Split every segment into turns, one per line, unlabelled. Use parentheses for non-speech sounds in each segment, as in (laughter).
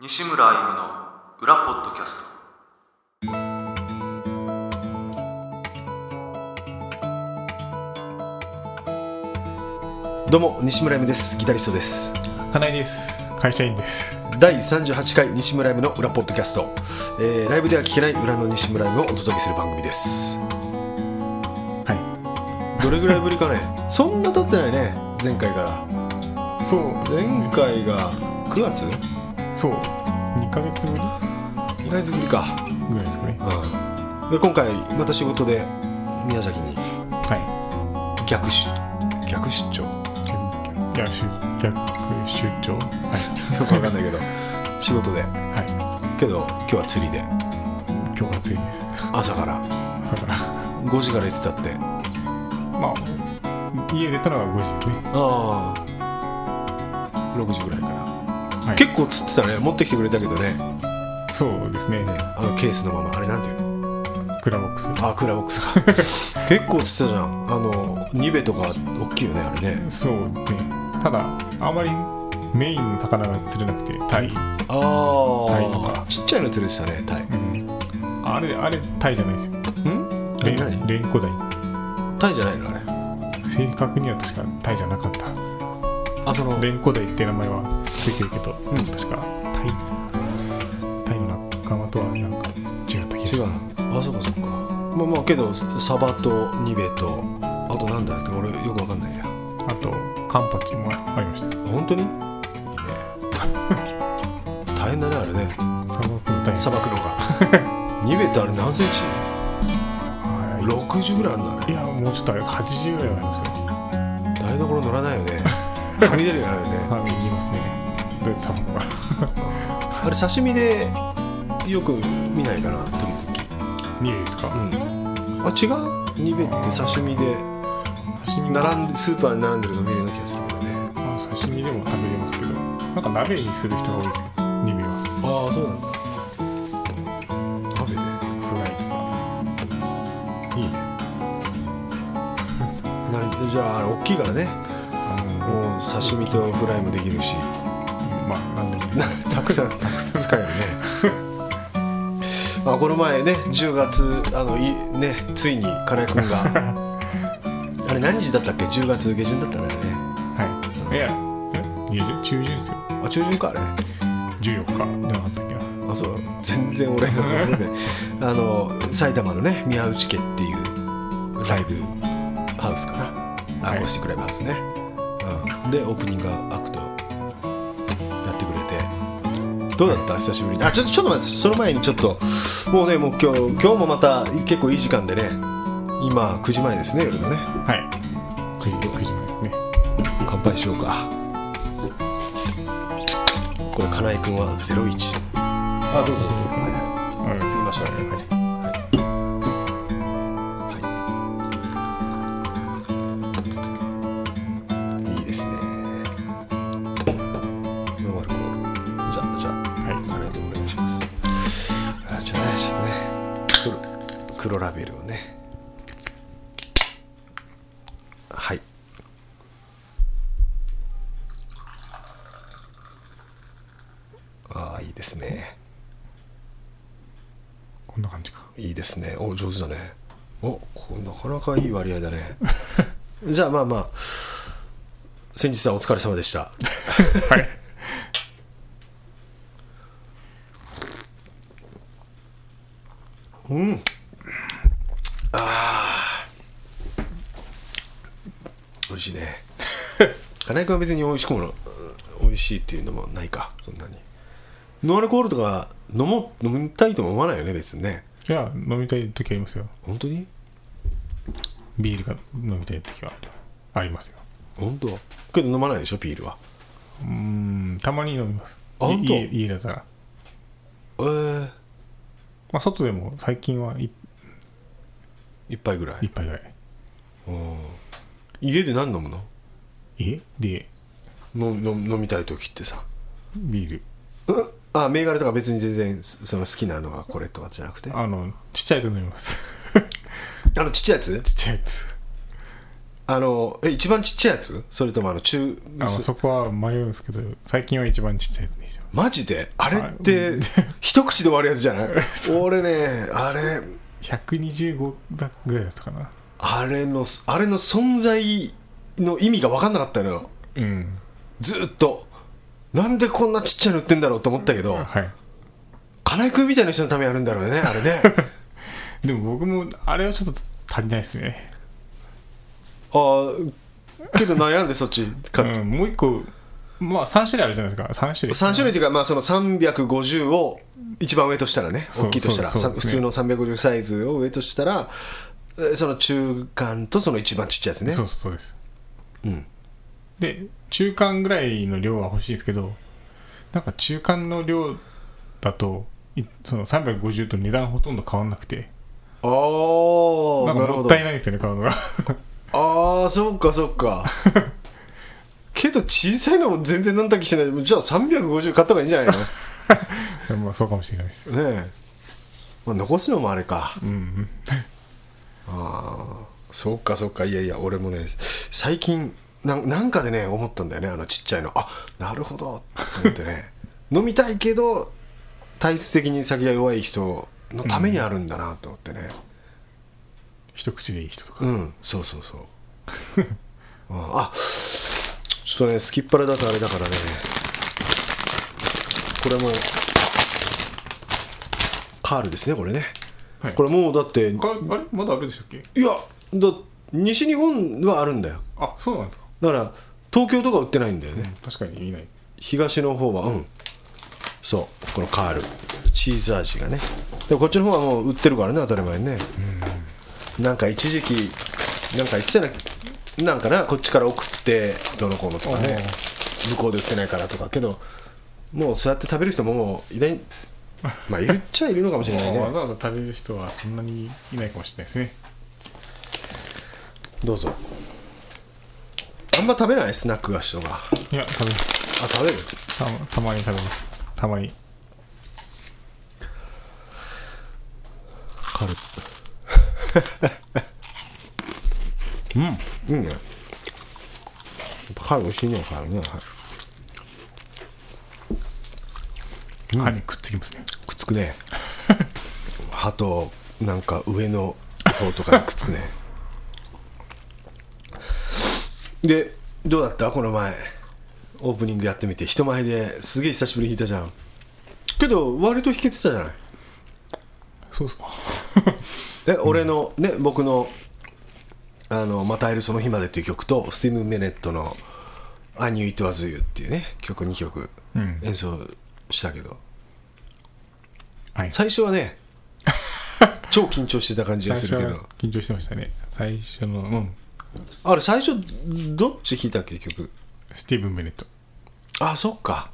西村歩夢の裏ポッドキャスト
どうも西村夢ですギタリストです
金井です会社員です
第38回西村夢の裏ポッドキャスト、えーライブでは聞けない裏の西村夢をお届けする番組です
は
どれぐらいぶりかね (laughs) そんな経ってないね前回か
いそう
ら前回が9月
そう2ヶ月ぶり
2ヶ月ぶりか、
ぐらいですかね
うん、で今回また仕事で宮崎に
は
逆出逆出張よ
い逆出逆出張は
くわかんないけど仕事で
い、は
けど今日は釣りで
い、今日がついです
朝から
だから
5時から行ってたって
まあ家出たのが5時ですね
ああ6時ぐらいから、
い
結構釣ってたね持ってきてくれたけどね
そうですね
あのケースのままあれなんていうの
クラボックス
あークーラーボックスか (laughs) 結構釣ってたじゃんあのニベとか大きいよねあれね
そうねただあまりメインの魚が釣れなくてタイ、う
あ
タイとか
ちっちゃいの釣れてたねタイ
ん、あれあれタイじゃないですよ
ん
レン
何
レンコダイ
タイじゃないのあれ
正確には確かタイじゃなかった
あその
レンコダイって名前はついてるけど、
ん
確かタイタイの仲間とはなんか違った気が
違うなあそっかそっかまあまあけどサバとニベとあとなんだって俺よくわかんないや
あとカンパチもありました
本当にいいね大変だねあれね
砂漠のタイ
砂漠の (laughs) がニベってあれ何センチ
は
60ぐらいあるんだ
い
ね
いやもうちょっとあれ80ぐらいはありますよ
台所乗らないよ (laughs) ねはみ出るようになるよね
ハーミいますねどうやって砂漠が
あれ刺身でよく見ないかな時
見えですか
々あ違うニベって刺身で
刺身
並んでスーパーに並んでるの見るような気がするけどね
まあ刺身でも食べれますけどなんか鍋にする人が多いですよ2秒
ああそうなんだ鍋で
フライとか
いいねなじゃああれ大きいからね
あの
もう刺身とフライもできるし
まあなんでも
な (laughs) たくさん使えるねあこの前ね10月あのいねついに金井君があれ何時だったっけ10月下旬だったからね
はいいやえ20中旬ですよ
あ中旬かあれ
14日じゃなかったっけな
あそう全然俺が覚え (laughs) てないあの埼玉のね宮内家っていうライブハウスかな
は
ア
い
コースティックライブハウスね、うん、でオープニングアクトやってくれてどうだった久しぶりにあちょっとちょっと待ってその前にちょっともうねもう今日今日もまた結構いい時間でね今9時前ですね夜のね
はい。9時、9時前ですね。
乾杯しようかこれ金井君は01あどうぞどうぞはい
うん
次行きましょうね
はい。
いいですね。ノンアルコール。じゃあ、じゃあ、
はい
あれでお願いします。あ、ちょっとね、ちょっとね、黒黒ラベルをね。はい。ああ、いいですね。
こんな感じか。
いいですね。お、上手だね。お、これなかなかいい割合だね。じゃあ、まあまあ。先日はお疲れ様でした。
はい。
美味しいね金井君は別に美味しくもの美味しいっていうのもないかそんなにノンアルコールとか飲もう飲みたいとも思わないよね別にね
(laughs) いや、飲みたい時ありますよ。
本当に
ビールが飲みたい時はありますよ。
本当けど飲まないでしょビールは
うーん、たまに飲みます。
あほんと
い家家だったら。
えー、
まあ、外でも最近は一
一杯ぐら
一
い
杯ぐらい。
家で何飲むの
家で
のの飲みたい時ってさ
ビール。
うんあ銘柄とか別に全然そその好きなのがこれとかじゃなくてあ
(laughs) あの、ちっちゃいやつ飲みます。
のちっちゃいやつ
ちっちゃいやつ。
あのえ一番ちっちゃいやつそれともあの中
あのそこは迷うんですけど最近は一番ちっちゃいやつにしてま
マジであれって一口で終わるやつじ (laughs) ゃない俺ねあれ
す125だぐらいだったかな
あれのあれの存在の意味が分かんなかったのよ
うん
ずーっとなんでこんなちっちゃいの売ってんだろうと思ったけど
はい
金井君みたいな人のためにあるんだろうねあれね (laughs)
でも僕もあれはちょっと足りないですね、
あーけど悩んでそっち買って
うん、もう一個まあ3種類あるじゃないですか3種類
3種類というか、まあ、その350を一番上としたらね、
そう
大きいとしたら、
そう
さ
そう
普
です
通
ね
の350サイズを上としたら、えーその中間とその一番ちっちゃいやつね。
そうそうです
うん
で中間ぐらいの量は欲しいですけどなんか中間の量だといその350と値段ほとんど変わんなくて
あ
な
あ、
んか
なるほ
もっ
ど
た。いないですよね買うのが (laughs)
ああ、そうか、そうか。けど、小さいのも全然なんだきしない。じゃあ、350買った方がいいんじゃないのね
まあそうかもしれないです
え。まあ、残すのもあれか。
うん
ああ、そうか、そうか。いやいや、俺もね、最近、なんなんかでね、思ったんだよね、あのちっちゃいの。あなるほどと思ってね。 (laughs) 飲みたいけど、体質的に先が弱い人のためにあるんだなと思ってね。
一口でいい人とか、
うん、そうそう (laughs) そう。あ、ちょっとね、すきっ腹だとあれだからね。これも、カールですね、これね。
はい
これもうだって、い
かあれまだあるでしたっけ
や、だ西日本はあるんだよ。
あそうなんですか
だから、東京とか売ってないんだよね。
確かにいない
東の方は、うん。そう、このカール。チーズ味がね。でもこっちの方はもう売ってるからね、当たり前にね。なんか一時期、なんか言ってたような、なんかな、こっちから送って、どうのこうのとかね、向こうで売ってないからとか、けど、もうそうやって食べる人ももういない、まあ、いるっちゃいるのかもしれない
わ
ね。
ざわざ食べる人はそんなにいないかもしれないですね
どうぞ。あんま食べないスナック菓子とか。
いや食べます
あ、食べる
たたまに食べますたまに
カルうんいいねやっぱカル美味しいねカルね、はい
歯にくっつきますね、
くっつく
(laughs)
ね歯となんか上の方とかにくっつくねでどうだったこの前オープニングやってみて人前ですげえ久しぶりに弾いたじゃんけど割と弾けてたじゃない
そうです
え
か
俺の、ね僕の「あのまた会えるその日まで」っていう曲とスティーブ・メネットの「I knew it was you」っていうね曲2曲
うん
演奏したけど、
はい
最初は
(laughs)
ね超緊張してた感じがするけ
最初
ど
は緊張してましたね最初の、うん、
あれ最初どっち弾いたっけ曲
スティーブン・ベネット
あそっか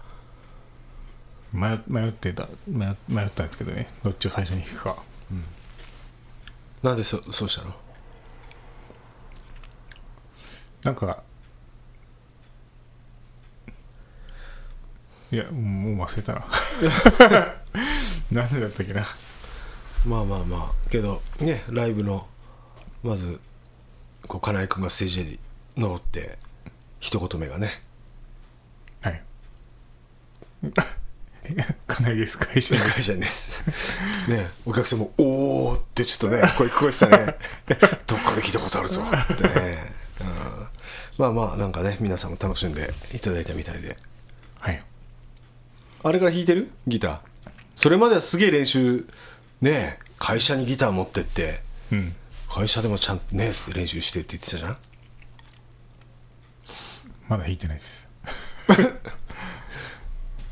迷迷ってた迷迷ったんですけどねどっちを最初に弾くか
なんでそそうしたの
なんかいやもう忘れたななんでだったっけな
まあまあまあけどねライブのまずこう金井君がステージに登って一言目がね (laughs)
はい (laughs) かなりです会社に
会社員です。ねお客さんも、おーってちょっとね、声聞こえてた
(laughs)
ね。どっかで聞いたことあるぞってね。うんまあまあ、なんかね、皆さんも楽しんでいただいたみたいで。
はい
あれから弾いてるギター。それまではすげえ練習、ねえ会社にギター持ってって、
うん
会社でもちゃんとね、練習してって言ってたじゃん。
まだ弾いてないです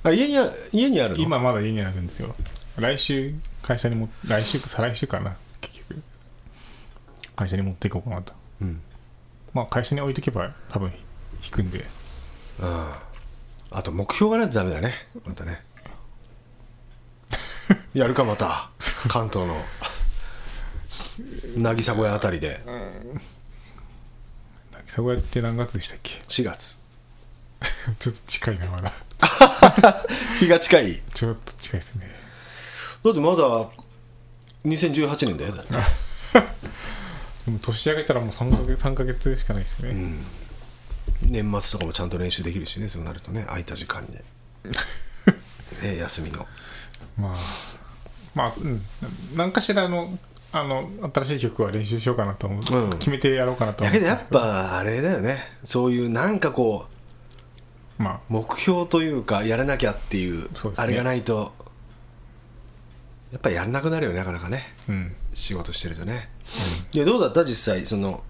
あ、家にあ、家にあるの
今まだ家にあるんですよ来週会社にも来週か再来週かな結局会社に持っていこうかなと
うん。
まあ会社に置いとけば多分引くんで
ああと目標がないとダメだねまたねやるかまた関東の渚小屋あたりで
渚小屋って何月でしたっけ (laughs)
4月
ちょっと近いなまだ
日が近い
ちょっと近いですね
だってまだ2018年だよだって
でも年上げたらもう3か月 ,3 ヶ月しかないですね、
年末とかもちゃんと練習できるしねそうなるとね空いた時間にね休みの
まあまあうん何かしらのあの新しい曲は練習しようかなと思う、
うん
決めてやろうかなと
だ
思う
けどやっぱあれだよねそういうなんかこう
ま
目標というかやらなきゃっていう
そうですね
あれがないとやっぱやんなくなるよねなかなかね
あうん
仕事してるとね、でどうだった実際その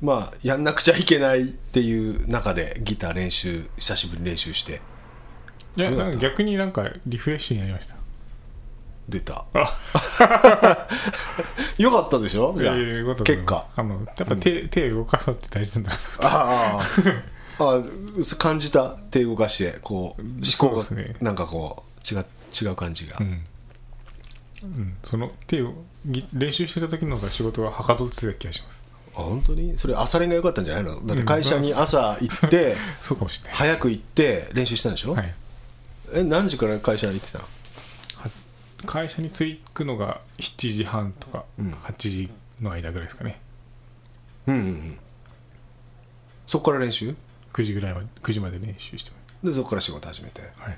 まあやんなくちゃいけないっていう中でギター練習久しぶりに練習して
いや
どうだった
なんか逆になんかリフレッシュになりました
出た (laughs) よかったでしょいや
いやいやいやこと
結果
あのやっぱ手,、手を動かすのって大事なんだなと
ああ
(laughs)
ああそう感じた手動かしてこう思考が
そうですね
なんかこう違う違う感じが、
うん、うん、その手をぎ練習してた時の方が仕事がはかどってた気がします
あ本当にそれあさりが良かったんじゃないのだって会社に朝行って、
そうかもしれない
早く行って練習したんでしょ、
はい
え何時から会社行ってたの
会社に着くのが7時半とか
うん
8時の間ぐらいですかね
うんうんうんそこから練習
9時ぐらいまで9時まで練習してま
でそこから仕事始めて
す、はい、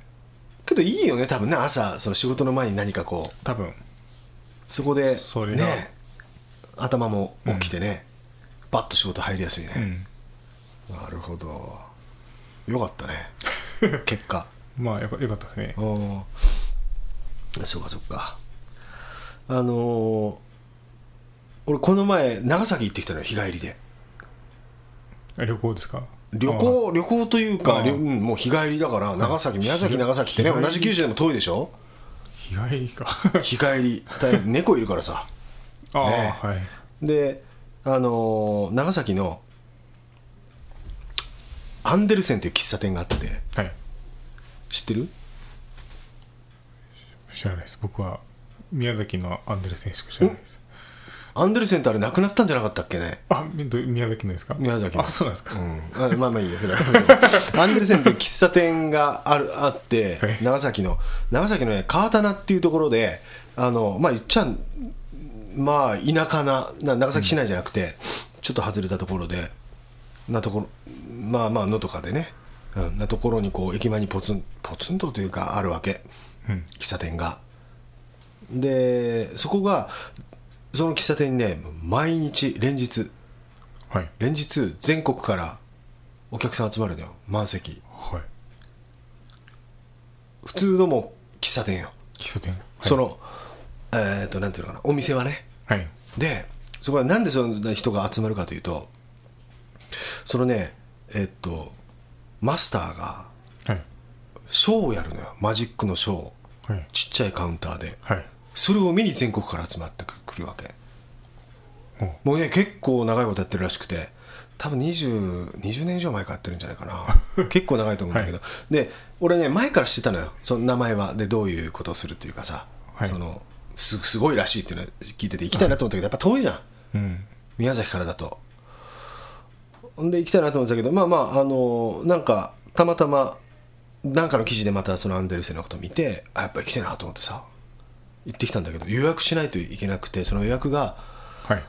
けどいいよね多分ね朝その仕事の前に何かこう
多分
そこで
それが
ね頭も起きてね、バッと仕事入りやすいね、なるほどよかった (laughs) ね結果
うんまあよかよかったですね
うんそうかそうかあのー俺この前長崎行ってきたのよ日帰りで
あ旅行ですか
旅行旅行というか、
あー
りょうんもう日帰りだから長崎宮崎長崎ってね
日帰り
同じ九州でも遠いでしょ
ああ日帰りか
日帰り大 (laughs) 変猫いるからさ
ああ、
ね
はい
であのー長崎のアンデルセンという喫茶店があって
はい
知ってる
知らないです僕は宮崎のアンデルセンしか知らないです
アンデルセンってあれ亡くなったんじゃなかったっけね
あみど宮崎のですか
宮崎の
あそうなんですか、
うんあまあまあいいよそれは (laughs) アンデルセンという喫茶店があるあって
はい
長崎の長崎のね川棚っていうところであのまあ言っちゃまあ田舎なな長崎市内じゃなくて、ちょっと外れたところでなところまあまあのとかでね、うん、なところにこう駅前にポツンポツンとというかあるわけ
うん
喫茶店がでそこがその喫茶店にね毎日連日
はい
連日全国からお客さん集まるのよ満席
はい
普通のもう喫茶店よ、
喫茶店はい
そのえーっ、となんていうのかなお店はね
はい
でそこはなんでそんな人が集まるかというとそのねえっとマスターが
はい
ショーをやるのよマジックのショーを
はい
ちっちゃいカウンターで
はい
それを見に全国から集まってくるわけ
お
もうね結構長いことやってるらしくて多分 20, 20年以上前からやってるんじゃないかな結構長いと思うんだけど、で俺ね前から知ってたのよその名前はでどういうことをするっていうかさ、
はい
そのすすごいらしいっていうのは聞いてて行きたいなと思ったけどやっぱ遠いじゃん
うん
宮崎からだとほんで行きたいなと思ってたけどまあまああのなんかたまたまなんかの記事でまたそのアンデルセンのこと見てあやっぱ行きたいなと思ってさ行ってきたんだけど予約しないといけなくてその予約が
はい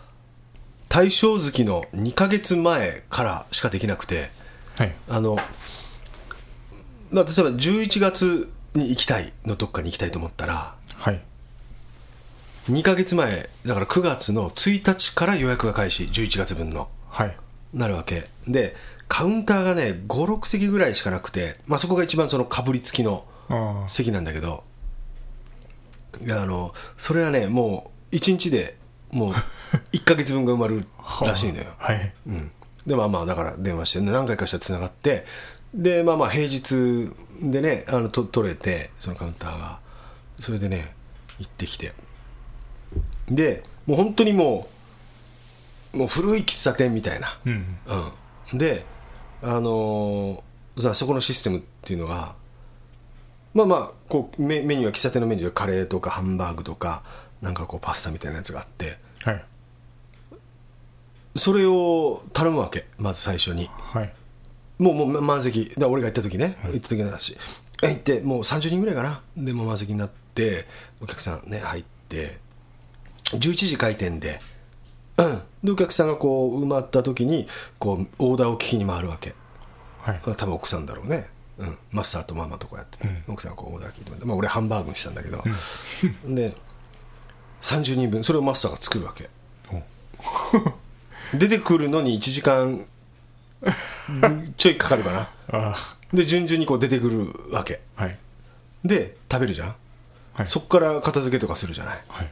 大正月の2ヶ月前からしかできなくて
はい
あの、まあ、例えば11月に行きたいのどっかに行きたいと思ったら
はい
2ヶ月前だから9月の1日から予約が開始11月分の
はい
なるわけでカウンターがね56席ぐらいしかなくて、まあ、そこが一番そのかぶりつきの
ああ
席なんだけどいやあのそれはねもう1日でもう1ヶ月分が埋まるらしいのよ
はい
うん、でまあまあだから電話して何回かしたらつながってでまあまあ平日でねあのと取れてそのカウンターがそれでね行ってきてでもう本当にもうもう古い喫茶店みたいな、
うん
うん、であのーさそこのシステムっていうのがまあまあこうメメニューは喫茶店のメニューはカレーとかハンバーグとかなんかこうパスタみたいなやつがあって
はい
それを頼むわけまず最初に
はい
もうもう満席だ俺が行った時ね、行った時の話え行ってもう30人ぐらいかなでもう満席になってお客さんね入って11時開店ででお客さんがこう埋まった時にこうオーダーを聞きに回るわけ
はい
多分奥さんだろうね、うん、マスターとママとこうやってて、奥さんがこうオーダー聞いてもらって、まあ、俺ハンバーグにしたんだけど、 (laughs) で30人分それをマスターが作るわけ出てくるのに1時間ちょいかかるかな
あ
で順々にこう出てくるわけ
あはい
で食べるじゃん、
はい
そっから片付けとかするじゃない
はい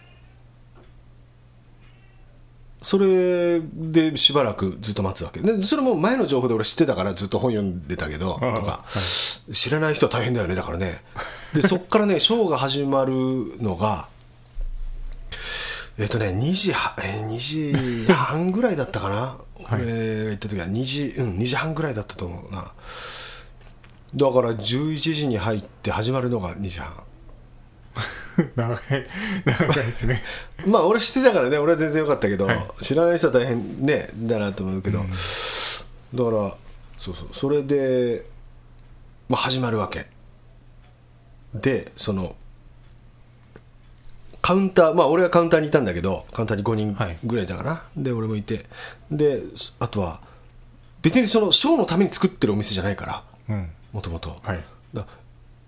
(laughs)
それでしばらくずっと待つわけでそれも前の情報で俺知ってたからずっと本読んでたけどと
あ
か知らない人は大変だよねだからね
(laughs)
でそっからねショーが始まるのがえっとね2時はえー2時半ぐらいだったかな
(laughs) はい
俺が行った時は2時うん2時半ぐらいだったと思うなだから11時に入って始まるのが2時半
長い長いですね
まあ俺知ってたからね俺は全然良かったけど、
はい
知らない人は大変ねだなと思うけど、だからそうそうそれで、まあ、始まるわけでそのカウンターまあ俺がカウンターにいたんだけどカウンターに5人
はい
ぐらいだから、で俺もいてであとは別にそのショーのために作ってるお店じゃないから
うん
もともと
はい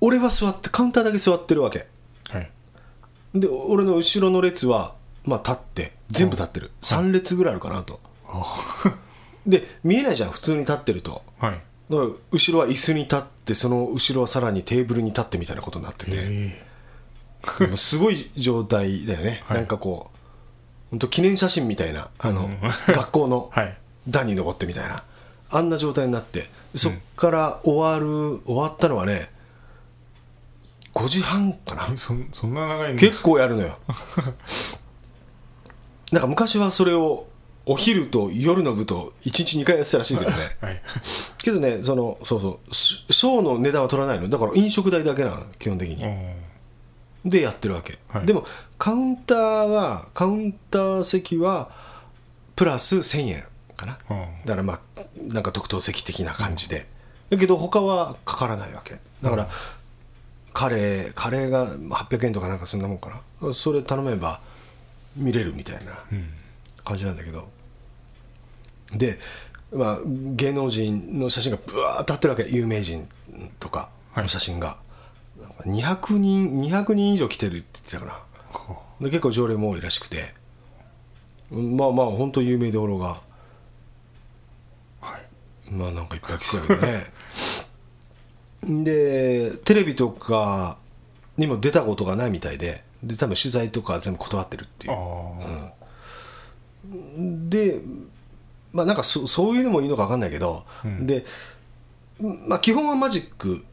俺は座ってカウンターだけ座ってるわけ
はい
で俺の後ろの列は、まあ、立って全部立ってる、3列ぐらいあるかなとで見えないじゃん普通に立ってると
はい
だから後ろは椅子に立ってその後ろはさらにテーブルに立ってみたいなことになってて
え
もうすごい状態だよね、
はい
なんかこう本当記念写真みたいなあの、 (laughs) 学校の
え (laughs) はい
段に登ってみたいなあんな状態になってそっから終わる、終わったのはね5時半かな
えそんそんな長いの
結構やる
(laughs)
のよなんか昔はそれをお昼と夜の部と1日2回やってたらしいけどね
はい
けどねそのそうそうシショーの値段は取らないのだから飲食代だけなの基本的
う
に
ん
でやってるわけ、
はい
でもカウンターはカウンター席はプラス1000円かな
うん
だからまあなんか特等席的な感じで、だけど他はかからないわけだから、カレーカレーが800円とかなんかそんなもんかなそれ頼めば見れるみたいな
うん
感じなんだけどで、まあ、芸能人の写真がぶわーっとあってるわけ有名人とかの写真が、なんか200人200人以上来てるって言ってたかな
こ
で結構常連も多いらしくてまあまあ本当有名どころが
うはい
まあなんかいっぱい来てたけどね (laughs) でテレビとかにも出たことがないみたいでで多分取材とか全部断ってるってい
あ
う
あ
でまあなんかそそういうのもいいのか分かんないけど、
うん
でまあ基本はマジック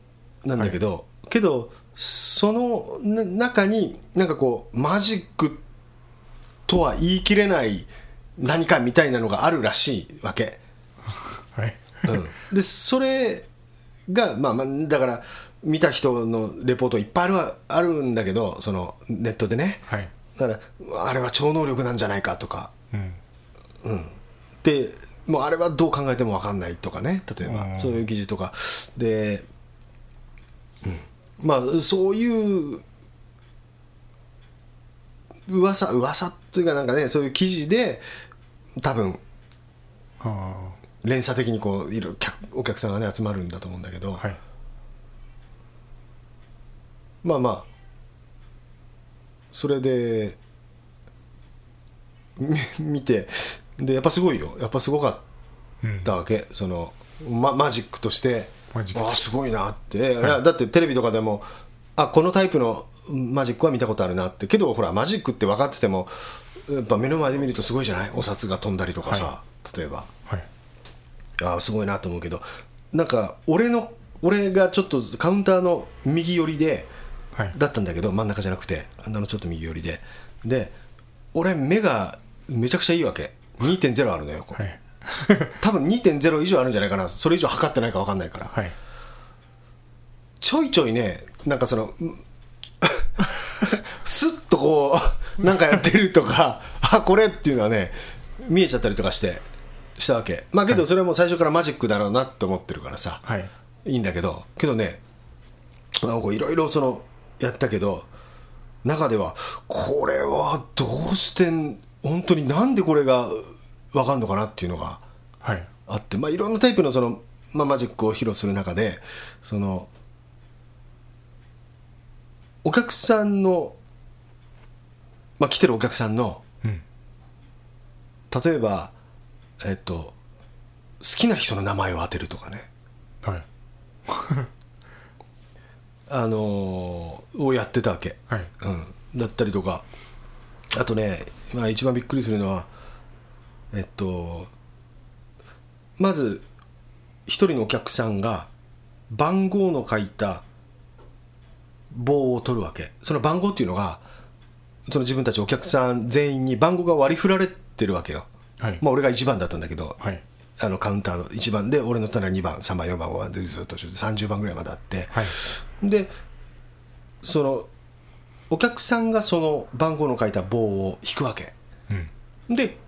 なんだけど、けどそのな中になんかこうマジックとは言い切れない何かみたいなのがあるらしいわ
(laughs)
け。
はい
でそれがまあまあだから見た人のレポートいっぱいあるわあるんだけどそのネットでね
はい
だからあれは超能力なんじゃないかとか
うん
でもうあれはどう考えても分かんないとかね例えば、
うん
そういう記事とかで、うん、まあそういう噂噂というかなんかねそういう記事で多分
あ
連鎖的にこういる客お客さんがね集まるんだと思うんだけど、
あはい
まあまあそれで (laughs) み見てでやっぱすごいよやっぱすごかっ
うん
たわけその、ま、マジックとして
マジック
ああすごいなって、いやだってテレビとかでもあこのタイプのうんマジックは見たことあるなってけどほらマジックって分かっててもやっぱ目の前で見るとすごいじゃないお札が飛んだりとかさ、
は
例えば。
はい
あーすごいなと思うけどなんか俺の俺がちょっとカウンターの右寄りで、
はい
だったんだけど真ん中じゃなくてカウンターのちょっと右寄りでで俺目がめちゃくちゃいいわけ2.0あるのよ、こう
はい
多分2.0以上あるんじゃないかなそれ以上測ってないか分かんないから、
はい
ちょいちょいねなんかその (laughs) うんスッとこうなんかやってるとかあこれっていうのはね見えちゃったりとかしてしたわけまあけどそれはもう最初からマジックだろうなと思ってるからさ、
はい
いいんだけどけどねなんかいろいろそのやったけど中ではこれはどうしてん本当になんでこれが分かんのかなっていうのが
はい
あって、まあ、いろんなタイプのその、まあ、マジックを披露する中でそのお客さんの、まあ、来てるお客さんの
うん
例えば、えっと、好きな人の名前を当てるとかね、
はい
あのーをやってたわけ、
はい
うん、だったりとかあとね、まあ、一番びっくりするのはえっとまず一人のお客さんが番号の書いた棒を取るわけその番号っていうのがその自分たちお客さん全員に番号が割り振られてるわけよ、
はい
まあ、俺が1番だったんだけど、
はい
あのカウンターの1番で俺の棚2番3番4番5番でずっと30番ぐらいまであって、
はい
でそのお客さんがその番号の書いた棒を引くわけ
うん
で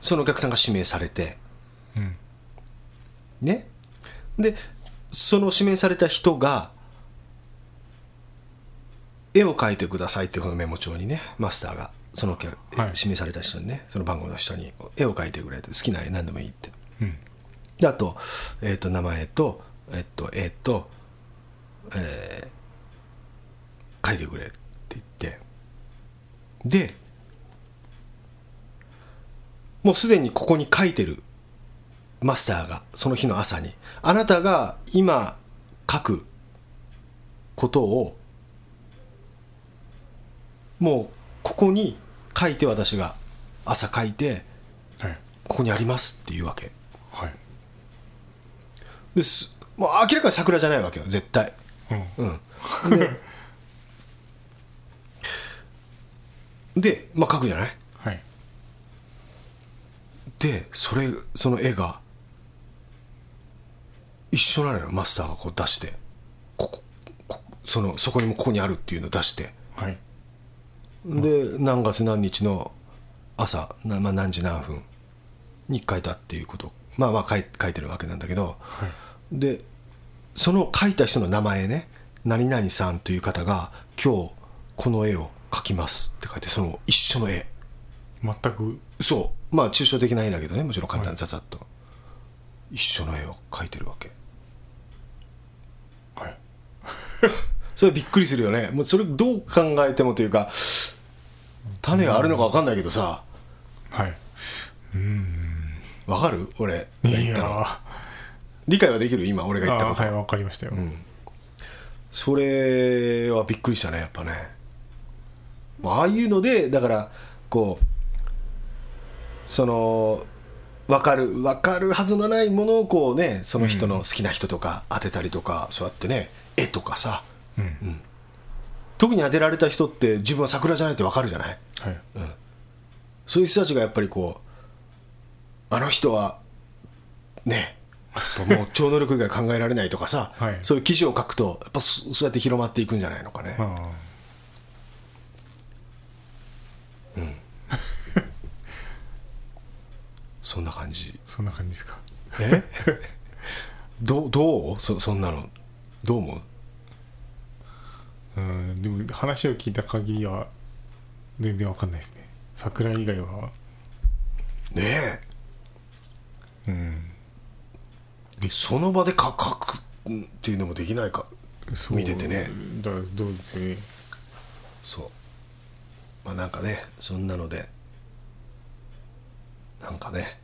そのお客さんが指名されて
うん
ねでその指名された人が絵を描いてくださいってこのメモ帳にねマスターがそのお客、
はい
指名された人にねその番号の人に絵を描いてくれって好きな絵何でもいいって
うん
であと,、えー、と名前と,、えっとえっと、えー書いてくれって言ってでもうすでにここに書いてるマスターがその日の朝にあなたが今書くことをもうここに書いて私が朝書いて
はい
ここにありますっていうわけ。
はい
ですもう明らかに桜じゃないわけよ絶対
うん
うんででまあ描くじゃない
はい
でそれその絵が一緒なのよマスターがこう出してこここそのそこにもここにあるっていうのを出して
はい
で何月何日の朝な、まあ、何時何分に書いたっていうことまあまあ書い書いてるわけなんだけど
はい
でその書いた人の名前ね何々さんという方が今日この絵を描きますって書いてその一緒の絵
全く
そうまあ抽象的な絵だけどねもちろん簡単にざざっと、一緒の絵を描いてるわけ
はい
それびっくりするよねもうそれどう考えてもというか種があるのか分かんないけどさ
はい
分かる俺が
い
言っ
や
たの
ー
理解はできる今俺が言った
あ
こ
ー
と
はいわかりましたよ、
それはびっくりしたねやっぱねああいうのでだからこうその分かる分かるはずのないものをこうねその人の好きな人とか当てたりとか、そうやってね絵とかさ、
うん
特に当てられた人って自分は桜じゃないって分かるじゃない
はい
そういう人たちがやっぱりこうあの人はねやっぱもう超能力以外考えられないとかさ、
(laughs) はい
そういう記事を書くとやっぱそそうやって広まっていくんじゃないのかね、
ああ
そんな感じ
そんな感じですか
え (laughs) どうどうそそんなのどう思う
うんでも話を聞いた限りは全然わかんないですね桜以外は
ね
うん
えその場でか書くっていうのもできないか
そう
見ててね
だからどうですよね
そうまあなんかねそんなのでなんかね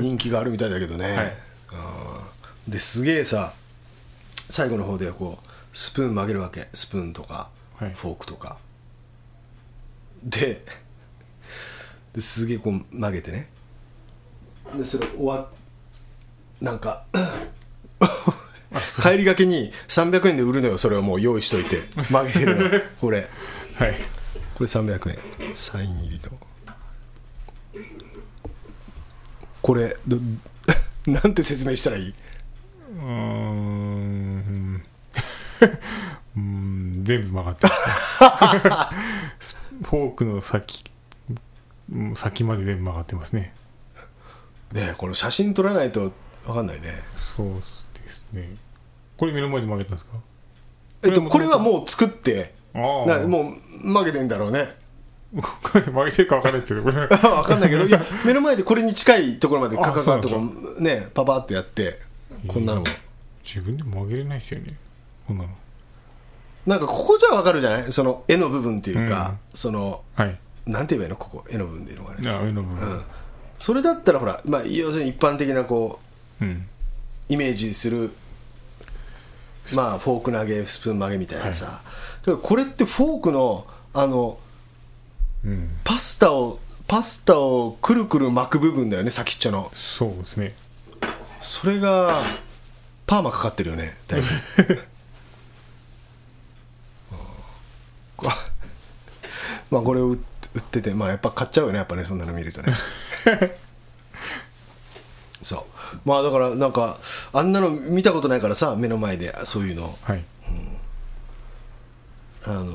人 (laughs) 気があるみたいだけどね、
はい
うんですげえさ最後の方ではこうスプーン曲げるわけスプーンとか、
はい
フォークとかでですげえこう曲げてねでそれ終わっなんか帰りがけに300円で売るのよそれをもう用意しといて曲げる
(laughs)
のよこれ
はい
これ300円サイン入りのこれど (laughs) なんて説明したらいいう
ーんうーん全部曲がってるスフォークの先うん先まで全部曲がってますね
ねえこの写真撮らないと分かんないね
そうですねこれ目の前で曲げたんですか
えっと
こ
こ
れ
れ
は
は
も
もう作って
ああ
なもう曲げてんだろうね (laughs)
曲げてるか分かんないですけどこれ
分かんないけどいや目の前でこれに近いところまでカカカ
あ
と
そう
か
なん
ねパパってやってこんなのも
自分でも曲げれないですよねこんなの
なんかここじゃ分かるじゃないその絵の部分っていうか、その
はい
なんて言えばいいのここ絵の部分でいうのかね、
あ上の部分
それだったらほら、まあ、要するに一般的なこ
うん
うイメージするまあフォーク投げスプーン曲げみたいなさ、だからこれってフォークのあの
うん
パスタをパスタをくるくる巻く部分だよね先っちょの
そうですね
それがパーマかかってるよねだいぶうんこまあこれを売売っててまあやっぱ買っちゃうよねやっぱねそんなの見るとねそうまあだからなんかあんなの見たことないからさ目の前でそういうの
はい
あのーまあ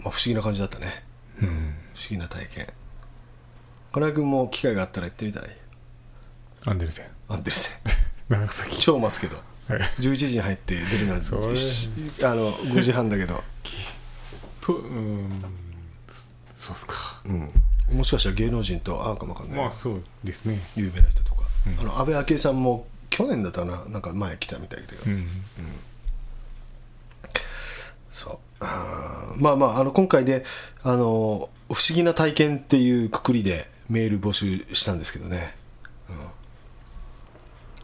不思議な感じだったね、不思議な体験金井君も機会があったら行ってみたらいい
アンデルセン
アンデルセン
長崎
超待つけど
はい
11時に入って出るのは
それ
しあの5時半だけど、
とうーんそそうっすか
うん、もしかしたら芸能人と会うかもわかんない、
まあそうですね
有名な人とか、あの安倍昭恵さんも去年だったかななんか前来たみたいだけど、
うん
そうあーまあまああの今回であの「不思議な体験」っていうくくりでメール募集したんですけどね、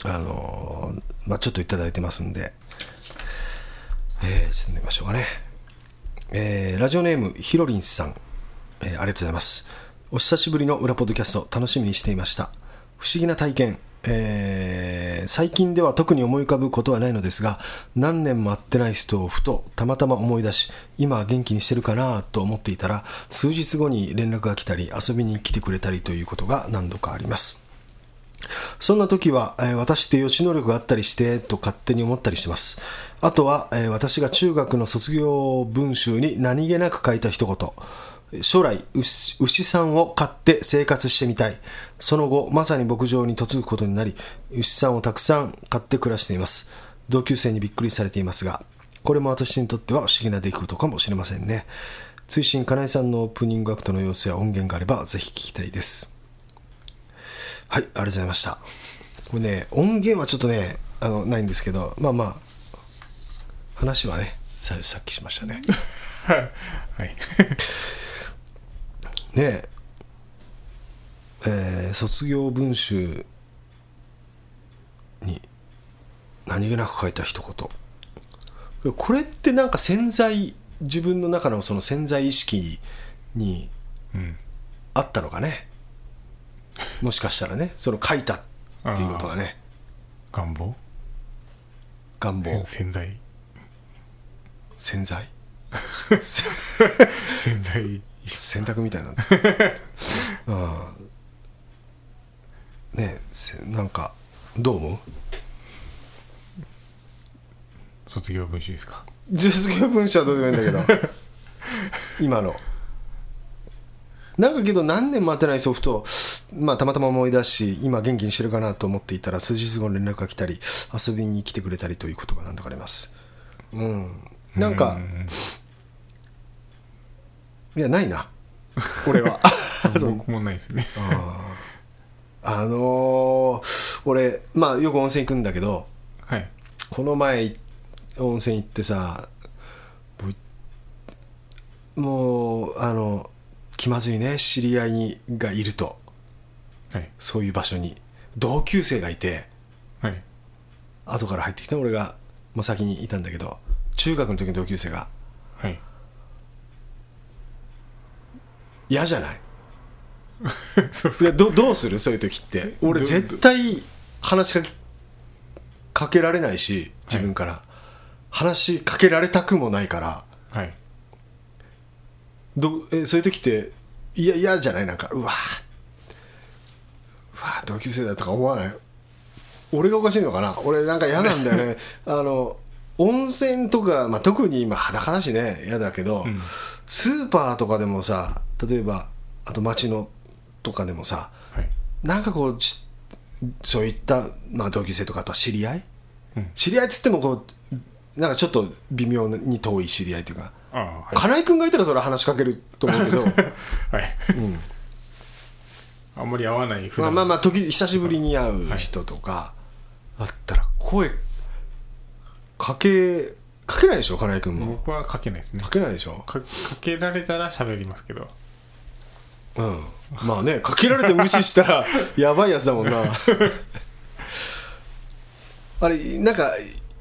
うんあのーまあちょっといただいてますんでえー、ちょっと見ましょうかねえーラジオネームひろりんさん、えーありがとうございますお久しぶりの裏ポッドキャスト楽しみにしていました不思議な体験、えー最近では特に思い浮かぶことはないのですが何年も会ってない人をふとたまたま思い出し今は元気にしてるかなと思っていたら数日後に連絡が来たり遊びに来てくれたりということが何度かありますそんな時は、えー私って予知能力があったりして、と勝手に思ったりします。あとは、えー私が中学の卒業文集に何気なく書いた一言。将来、牛牛さんを飼って生活してみたい。その後、まさに牧場に嫁ぐことになり、牛さんをたくさん飼って暮らしています。同級生にびっくりされていますが、これも私にとっては不思議な出来事かもしれませんね。追伸、金井さんのオープニングアクトの様子や音源があれば、ぜひ聞きたいです。はい、ありがとうございました。これね、音源はちょっとね、あの、ないんですけど、まあまあ、話はね、ささっきしました
(laughs)
ね。
はい
ねえ、えー卒業文集に何気なく書いた一言。これってなんか潜在、自分の中のその潜在意識に
うん
あったのかね。もしかしたらね、その書いたっていうことがね、
願望
願望、
潜在
潜 (laughs) 在。
潜在意識
洗濯みたい (laughs) なうんねえせなんかどう思
卒業文集ですか
う実業文書はどうでもいいんだけど (laughs) 今のなんかけど何年待ってない人をふと、まあ、たまたま思い出し今元気にしてるかなと思っていたら数日後に連絡が来たり遊びに来てくれたりということが何度かありますうんなんか、いやないな俺 (laughs) は
僕もないですね
あのー俺、まあ、よく温泉行くんだけど、
はい
この前、温泉行ってさ、もう、もうあの、気まずいね、知り合いにがいると、
はい
そういう場所に。同級生がいて、
はい
後から入ってきた俺が、まあ、先にいたんだけど、中学の時の同級生が、
はい
嫌じゃない
(laughs) そうっす
いやどどうするそういう時って俺
ど
絶対話しかけかけられないし自分から、話しかけられたくもないから
はい
どえそういう時っていや嫌じゃないなんかうわーうわー同級生だとか思わない俺がおかしいのかな俺なんか嫌なんだよ
(laughs)
ねあの温泉とか、まあ、特に今裸だしね嫌だけど、
ん
スーパーとかでもさ例えばあと街のとかでもさ
はい
なんかこうちそういった、まあ、同級生とかあとは知り合い、
うん
知り合いっつってもこうなんかちょっと微妙に遠い知り合いというか
あああはい
金井君がいたらそれは話しかけると思うけ
(laughs)
ど、
はい
うん
あんまり合わない普
まあ
段
まあまあ時久しぶりに会う人とかあったら声かけかけないでしょ金井君も
僕はかけないですね
かけないでしょ
かかけられたら喋りますけど
うんまあねかけられて無視したら
(laughs)
やばいやつだもんなあれなんか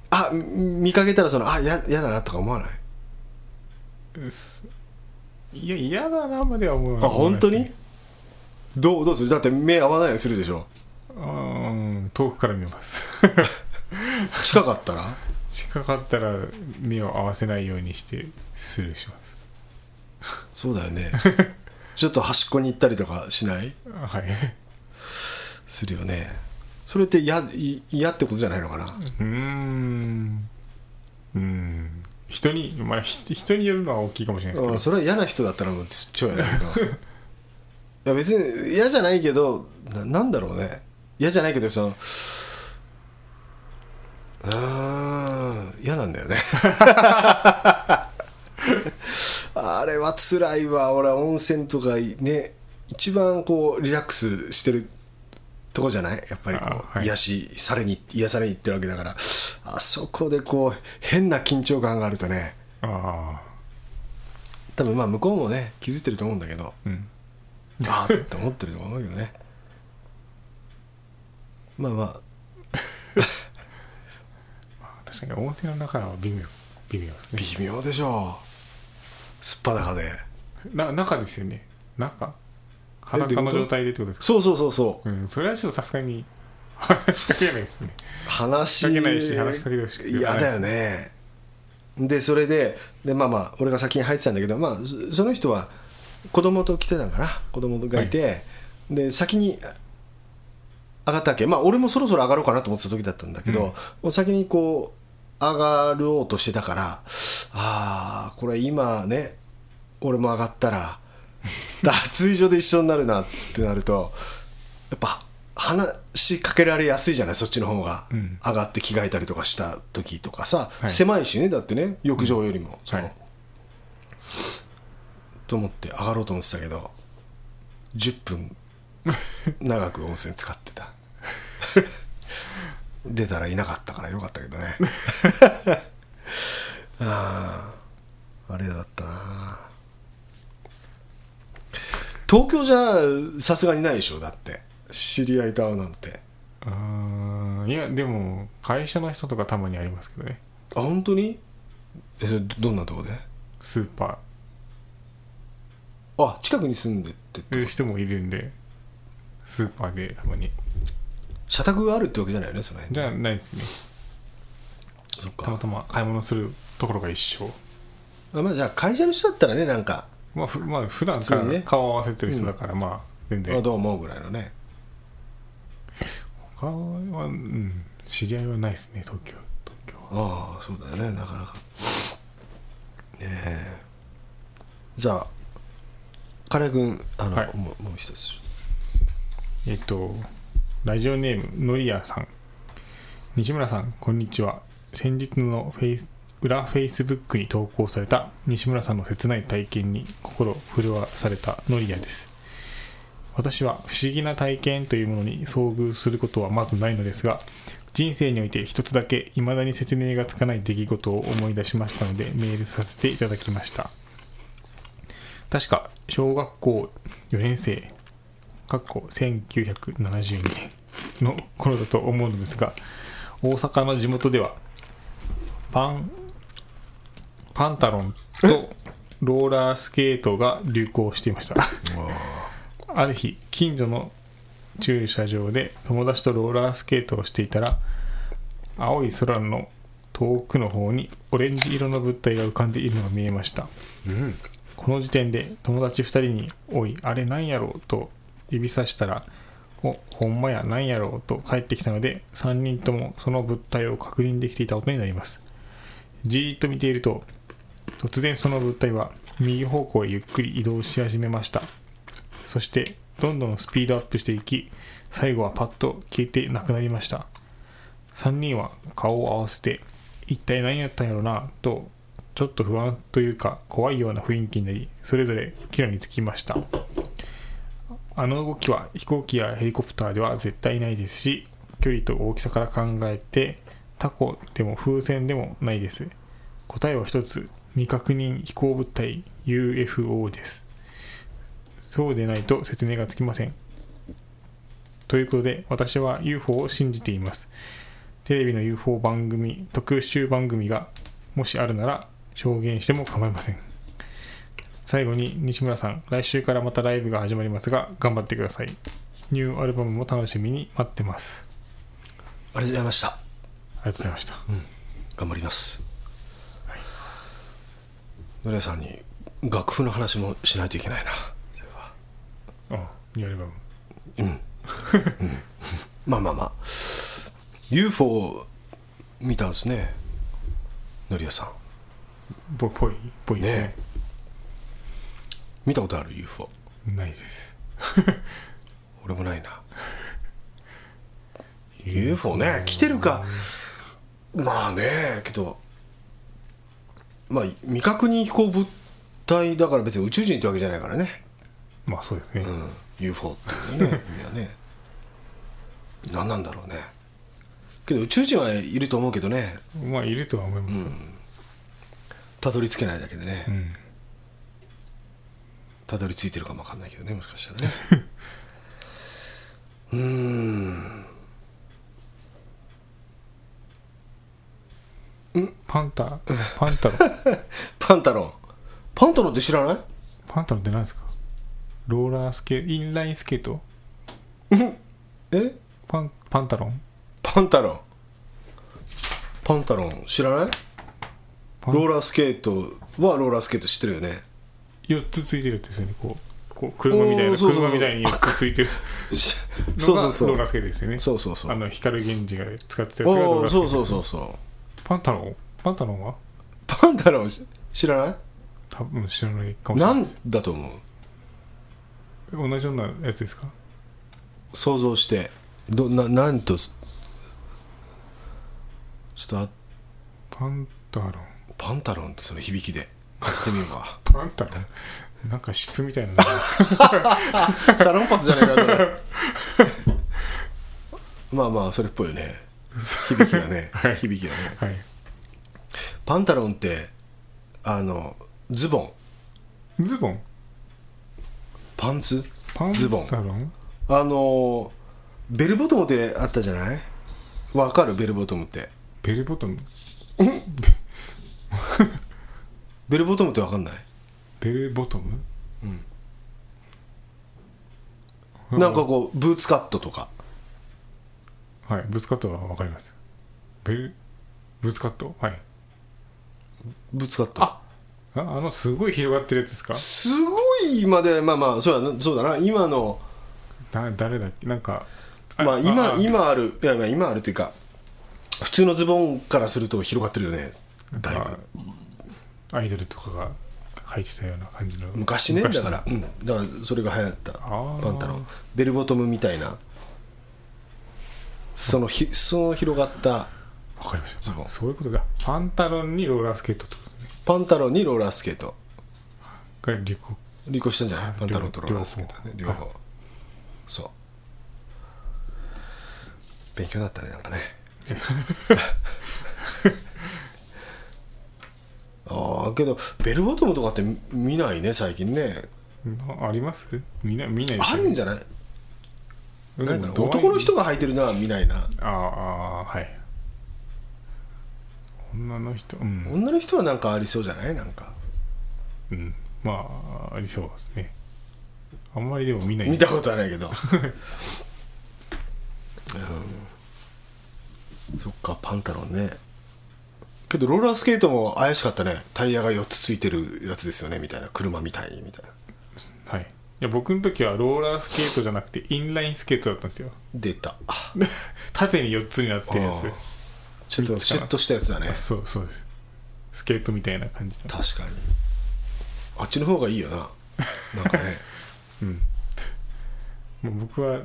あみ見かけたらそのあややだなとか思わないう
っすいや嫌だなまでは思わ
あ
ない
本当にどうどうするだって目合わないようにするでしょ
うん遠くから見ます
(laughs) 近かったら
近かったら目を合わせないようにしてスルーします
そうだよね (laughs) ちょっと端っこに行ったりとかしない
あはい
するよねそれって嫌い嫌ってことじゃないのかな
うーんうーん人にまあひ人によるのは大きいかもしれない
うん
です
それは嫌な人だったらもう超嫌だけ
(laughs)
どいや別に嫌じゃないけどななんだろうね嫌じゃないけどそのうーん嫌なんだ
(laughs)
よねあれは辛いわ俺は温泉とかね一番こうリラックスしてるとこじゃないやっぱりこ
あ
う
はい
癒しされに癒されに行ってるわけだからあそこでこう変な緊張感があるとね
けどああ
多分まあ向こうもね気づいてると思うんだけど
うん
あーって思ってると思うけどね (laughs) まあま
確かに温泉の中は微妙微妙です
あ
ね
微妙でしょうすっぱだかで
な中ですよね中裸の状態でってことですか
そうそうそうそう
うんそれはちょっとさすがに話しかけないですね
話
かけないし話しかけてほしくないです
嫌だよねでそれででまあまあ俺が先に入ってたんだけどまあそその人は子供と来てたんかな子供がいて、で先に上がったわけまあ俺もそろそろ上がろうかなと思ってた時だったんだけど、もう先にこう上がろうとしてたからああこれ今ね俺も上がった
(laughs)
ら脱衣所で一緒になるなってなるとやっぱ話しかけられやすいじゃないそっちの方が、
うん
上がって着替えたりとかした時とかさ、
はい
狭いしねだってね浴場よりも、その
はい
と思って上がろうと思ってたけど10分長く温泉使ってた (laughs) 出たらいなかったからよかったけどね (laughs) あああれだったな東京じゃさすがにないでしょだって知り合いと会うなんて
うーんいやでも会社の人とかたまにありますけどね
あ本当にえそれどどんなとこで
スーパ
あ近くに住んでって
ーいう人もいるんでスーパーでたまに
社宅があるってわけじゃないよねその辺
じゃないですね
そった
ま
か
たま買い物するところが一緒
あまあじゃあ会社の人だったらねなんか
まあふまあ普段
普
か
通にね
ら顔を合わせてる人だからまあ全
あ
然
どう思うぐらいのね
他はうん知り合いはないですね東京東京は
ああそうだよねなかなかねえじゃあカレー君あの、
はい
もうもう一つ
えっとラジオネームのりやさん西村さんこんにちは先日のフェイス裏フェイスブックに投稿された西村さんの切ない体験に心震わされたのりやです私は不思議な体験というものに遭遇することはまずないのですが人生において一つだけ未だに説明がつかない出来事を思い出しましたのでメールさせていただきました確か小学校4年生かっこ1972年の頃だと思うのですが大阪の地元ではパンパンタロンとローラースケートが流行していましたある日近所の駐車場で友達とローラースケートをしていたら青い空の遠くの方にオレンジ色の物体が浮かんでいるのが見えましたこの時点で友達2人に「おいあれなんやろ?」うと指さしたら「おほんまやなんやろ?」うと帰ってきたので3人ともその物体を確認できていたことになりますじーっと見ていると突然その物体は右方向へゆっくり移動し始めましたそしてどんどんスピードアップしていき最後はパッと消えてなくなりました3人は顔を合わせて一体何やったんやろなとちょっと不安というか怖いような雰囲気になりそれぞれ帰路につきましたあの動きは飛行機やヘリコプターでは絶対ないですし距離と大きさから考えてタコでも風船でもないです答えは一つ未確認飛行物体 UFO ですそうでないと説明がつきませんということで私は UFO を信じていますテレビの UFO 番組特集番組がもしあるなら証言しても構いません最後に西村さん来週からまたライブが始まりますが頑張ってくださいニューアルバムも楽しみに待ってます
ありがとうございました
ありがとうございました、
頑張りますのりやさんに楽譜の話もしないといけないなそれは
あニューアルバム
まあまあまあ UFO を見たんですねのりやさん
ぽぽいぽいですね
ね見たことある UFO
ないです
俺もないな UFO ね来てるかまあねけどまあ未確認飛行物体だから別に宇宙人ってわけじゃないからね、
まあそうですね、
うん、UFO っていうね意味はね何なんだろうねけど宇宙人はいると思うけどね
まあいるとは思います、
たどり着けないだけでね、
ん
たどり着いてるかもわかんないけどねもしかしたらねうーん
パンタパンタロ
パンタロンパンタロンって知らない
パンタロって何ですかローラースケインラインスケート
え
パンパンタロン
パンタロンパンタロン知らない
パン
ローラースケートはローラースケート知ってるよ
(laughs)
ね
4つついてるってですよねこうこう車みたい
お
な
ーそうそう
車みたいに4つついてる
し
の
そう
が
そうそ
ローラ
う
ースケートですよね
そうそうそう
あの光源氏が使ってたやつがロー
お
ラ
ー
ースケート
そう
です
そうそうそう
パンタロンパンタロンは
パンタロンし知らない
多分知らないかもしれ
な
ない
んだと思う
同じようなやつですか
想像してどななんとちょっとあ
パンタロン
パンタロンってその響きで買ってみよう
(laughs)
か
パンタロンなんか湿布みたいなの
サロンパスじゃないかそれまあまあそれっぽいよね響きがね、
(laughs) はい
響きがね
はい
パンタロンってあのズボン
ズボン
パンツ
パン
ズボン
タロン
あのベルボトムってあったじゃないわかるベルボトムって
ベルボトム
ベルボトムってわかんない
ベルボトムう
なんかこうブーツカットとか
はいぶつかったは分かりますベルぶつかったはい
ブーツカット
ああのすごい広がってるやつですか
すごいまでまあまあそうだなそうだな今の
だ誰だっけなんか
まあ今
あ
今あるいやまあ今あるというか普通のズボンからすると広がってるよねだいぶ
アイドルとかが履いてたような感じの
昔ねだ
の
から、うん、だからそれが流行った
ー
パンタロンベルボトムみたいなそのひその広がった
わかりました
ズボン
そういうことだパンタロンにローラースケートってことですね
パンタロンにローラースケート
が流行
離婚したんじゃない
はい
パンタロンとローラースケートね
両
両
方
方そう勉強になったねなんか (laughs) ねああけどベルボトムとかって見見ないね最近ね
ああります見ない見ないです
あ
よ
るんじゃない
うん
なんかね
ドワイ
男の人が履いてるのは見ないな
あーあーはい女の人うん、
女の人はなんかありそうじゃないなんか
うん、まあありそうですねあんまりでも見ない
見たことはないけど、うんそっかパンタロンねけどローラースケートも怪しかったねタイヤが4つついてるやつですよねみたいな車みたいにみたいな
はいいや僕の時はローラースケートじゃなくてインラインスケートだったんですよ (laughs)
出たあ
縦に4つになってるや
あー
つ
ちょっとシュッとしたやつだね
そうそうですスケートみたいな感じの
確かにあっちの方がいいよななん
(laughs)
かね
もう僕は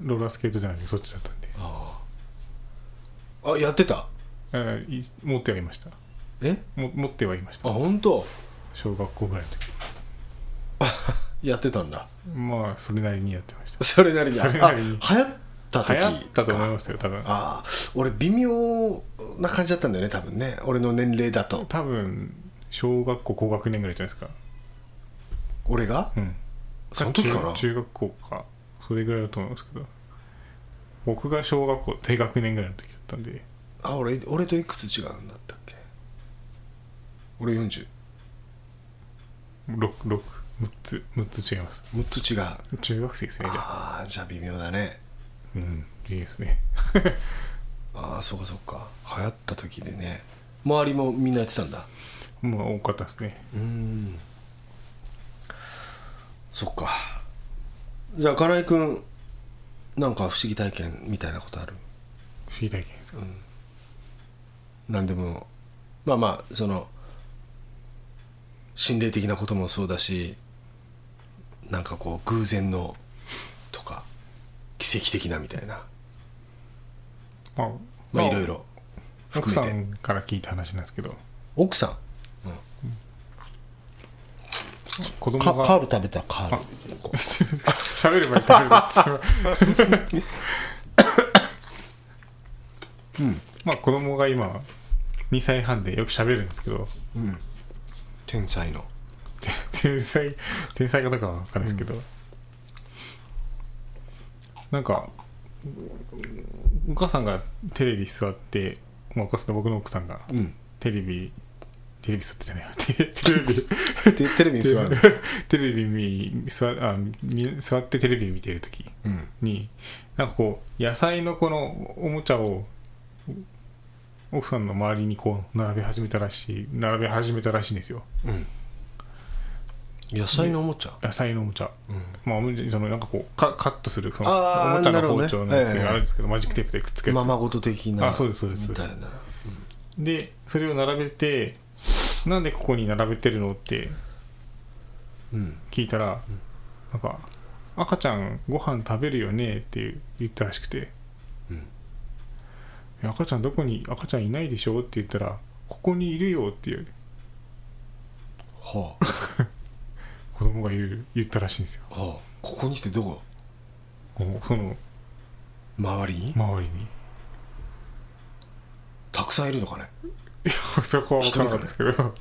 ローラースケートじゃなくてそっちだったんで
あやってた
あーい持ってありました
え
も持ってはいまし
あ
た
本当
小学校ぐらいの時
やってたんだ
まあそれなりにやってました
それなりにあ
それなりに
流行った時
流行ったと思いますよ多分
ああ俺微妙な感じだったんだよね多分ね俺の年齢だと
多分小学校高学年ぐらいじゃないですか
俺が
うん
その時かな
中中学校かそれぐらいだと思いますけど僕が小学校低学年ぐらいの時だったんで
あ俺俺といくつ違うんだったっけ俺406
66つ6つ違います
つ違うあ
中学生ですねじゃあ
あじゃあ微妙だね
うんいいですね (laughs)
ああそうかそうか流行った時でね周りもみんなやってたんだ
まあ多かったですね
うんそっかじゃあ金井君なんか不思議体験みたいなことある
不思議体験ですか、
何でもまあまあその心霊的なこともそうだしなんかこう偶然のとか奇跡的なみたいな
まあ
まあいろいろ
奥
含
さ
めて
んから聞いた話なんですけど
奥さん
子供
かカー
が
ル食べたカール
(laughs) 喋ればいい食べるまあ子供が今2歳半でよく喋るんですけど
天才の
天才天才かどうかは分かんないですけど、なんかお母さんがテレビ座って、まあ、お母さんと僕の奥さんが
うん
テレビテレビ座ってじゃない (laughs) テレテレビ
でテレビに座る
テレビ見座あ見座ってテレビ見てる時
うん
になんかこう野菜のこのおもちゃを奥さんの周りにこう並べ始めたらしい並べ始めたらしいんですよ
うん野菜のおもちゃ
野菜のおもちゃ、
うん
まあ、おもちゃそのなんかこうカカットするその
あー
おもちゃ
なる
の
ほどね
包丁のやつがあるんですけど、マジックテープでくっつけるや
ま
つ、
まごと的な
あそうですそうですそうです
みたいな
でそれを並べてなんでここに並べてるのって
うん
聞いたら、なんか赤ちゃんご飯食べるよねって言ったらしくて、
うん
いや赤ちゃんどこに赤ちゃんいないでしょって言ったらここにいるよっていう
はあ
子供が言う言ったらしいんですよ
はあここに来てどこ
こうその
周りに
周りに
たくさんいるのかね
そこは分からなかったですけど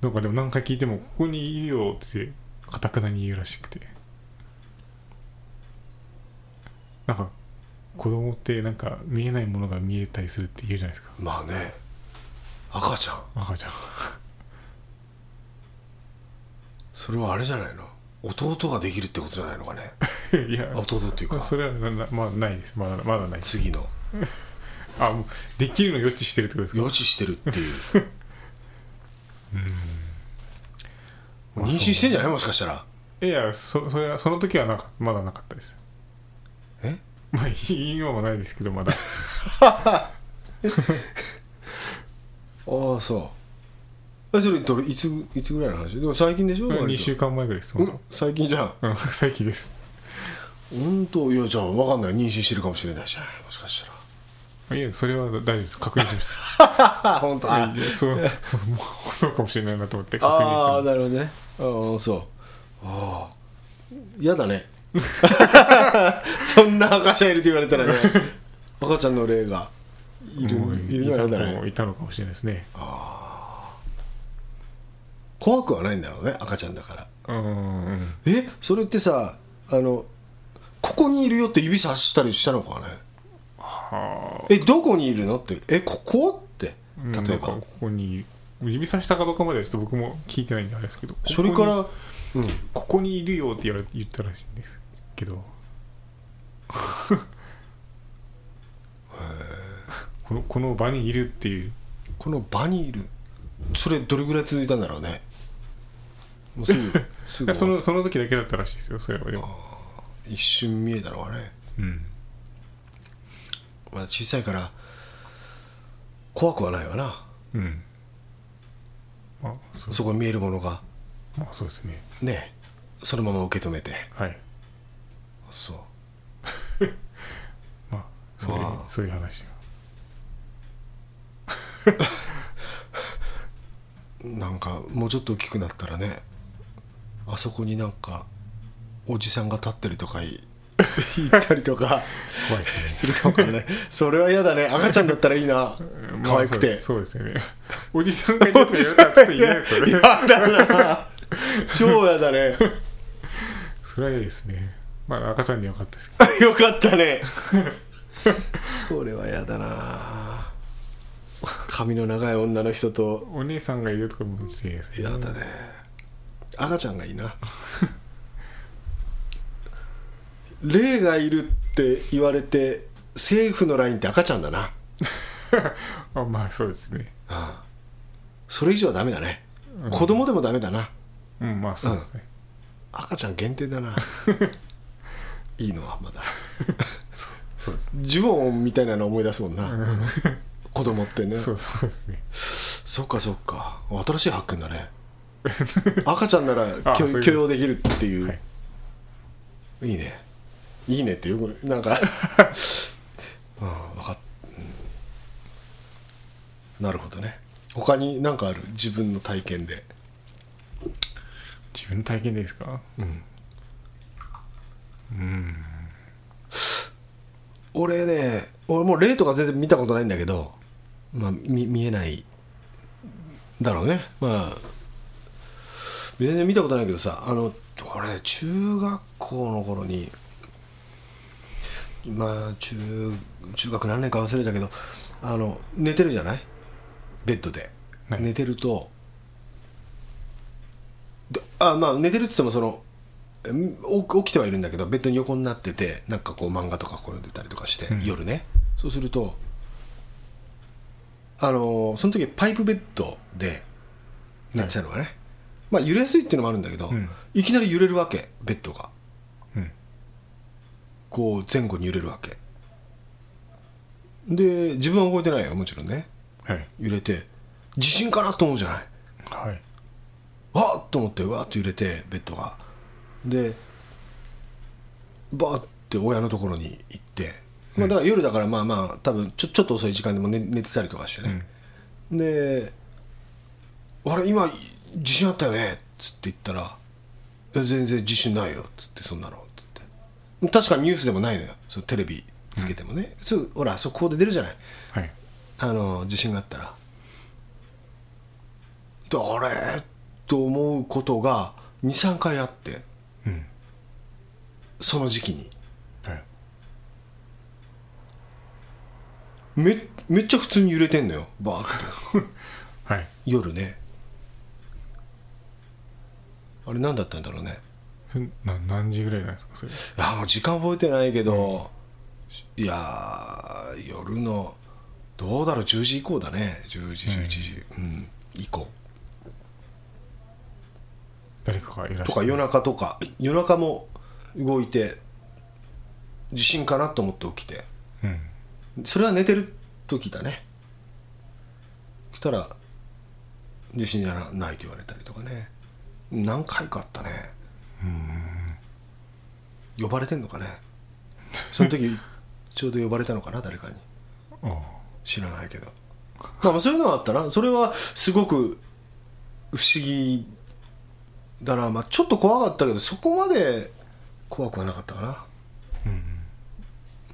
なんかでも何回聞いてもここにいるよってかたくなに言うらしくてなんか子供ってなんか見えないものが見えたりするって言うじゃないですか
まあね赤ちゃん
赤ちゃん
それはあれじゃないの弟ができるってことじゃないのかね
(laughs) いや
あ弟っていうか
それはななまあないですまだまだないです
次の
あもうできるの予知してるってことですか
予知してるっていう
(laughs)
妊娠してんじゃないもしかしたら
いやそそれはその時はなかまだなかったです
え
まあ今もないですけどまだ
ああそうえそれどれいついつぐらいの話でも最近でしょ割と
2週間前ぐらいです
うん最近じゃん
うん (laughs) 最近です
本当いやじゃあ分かんない妊娠してるかもしれないじゃないもしかしたら
いやそれは大丈夫です確認しまし
あ本当
たいやそうそうもうそうかもしれないなと思って確
あ
認
あ
して
なるほどねああそうああ嫌だ
(laughs)
ねそんな赤ちゃんいるって言われたらね赤ちゃんの霊がいる
もう
いるのは嫌
いた
だ
の
ね
いたのかもしれないですね
怖くはないんだろうね赤ちゃんだから
うんうん
えそれってさあのここにいるよって指さしたりしたのかね
は
えどこにいるのってえここって
あ
例えば、
ここに指さしたかどうかまではちょっと僕も聞いてないんであれですけど
それか
こ
らうん
こにここにいるよって言われ言ったらしいんですけどこのこの場にいるっていう
この場にいるそれどれぐらい続いたんだろうねもう
(laughs)
すぐす
い
ぐ
やそのその時だけだったらしいですよそれはでも
一瞬見えたのはね
うん
まだ小さいから怖くはないわな
うんまあそう
そこに見えるものが
まあそうですね
ねそのまま受け止めて
はい
そう
まあそういう
まあ
そういう話が
なんかもうちょっと大きくなったらねあそこになんかおじさんが立ってるとかい言ったりとか
怖いですね
するかもからねそれは嫌だね赤ちゃんだったらいいな可愛くて、
まあそうですそうですよね (laughs) おじさんがいるとやるとはちょっと嫌ですよね
嫌だな超嫌だね
それは嫌ですねまあ赤ちゃんでよかったです
(laughs)
け
よかったねそれは嫌だな髪の長い女の人と
どお姉さんがいるとかも嫌ですね
嫌だね赤ちゃんがいいな霊がいるって言われて政府のラインって赤ちゃんだな
あまあそうですね
それ以上はダメだね
うん
子供でもダメだな
うんまあそうですね、
赤ちゃん限定
(laughs)
だないいのはまだ
そうそうですね
ジュオンみたいなの思い出すもんな、子供ってね
そうそうですね
そっかそっか新しい発見だ
(laughs)
ね赤ちゃんなら
あ
許
そういうこと
許容できるっていう、
はい
い、いねいいねってよくなん
(laughs)
かうん分かっ、うんなるほどね他に何かある自分の体験で
自分の体験でですか
うん
うん
俺ね俺もう霊とか全然見たことないんだけどまあ見見えないだろうねまあ全然見たことないけどさあの俺ね中学校の頃にまあ中中学何年か忘れたけどあの寝てるじゃないベッドで、
はい
寝てるとであまあ寝てるっつってもそのん起起きてはいるんだけどベッドに横になっててなんかこう漫画とかこう読んでたりとかして、
ん
夜ねそうするとあのーその時パイプベッドで寝てたのがね、まあ揺れやすいっていうのもあるんだけど、
うん
いきなり揺れるわけベッドが
うん
こう前後に揺れるわけで自分は動いてないよもちろんね
はい
揺れて地震かなと思うじゃない
はい
わーっと思ってわーっと揺れてベッドがでバーって親のところに行って、まあ、だから夜だからまあまあ多分ちょちょっと遅い時間でも寝寝てたりとかしてね、で「あれ今地震あったよね」っつって言ったら「え全然地震ないよ」っつって「そんなの」っつって確かにニュースでもないのよそうテレビつけてもね、すぐほら速報で出るじゃない
はい
あの地震があったら誰と思うことが23回あって
うん
その時期に
はい
めめっちゃ普通に揺れてんのよバーって
はい
夜ねあれ何だったんだろうね
それな何時ぐらいなんですかそれ
いやもう時間覚えてないけど、いやー夜のどうだろう10時以降だね10時11時、うん、以降
誰かがいらっ
と
しゃ
か
る
夜中とか夜中も動いて地震かなと思って起きて
うん
それは寝てる時だね来たら地震じゃなないと言われたりとかね何回かあったね呼ばれてんのかねその時ちょうど呼ばれたのかな誰かに
あ
知らないけどまあまあそういうのはあったなそれはすごく不思議だなまあちょっと怖かったけどそこまで怖くはなかったかな
あ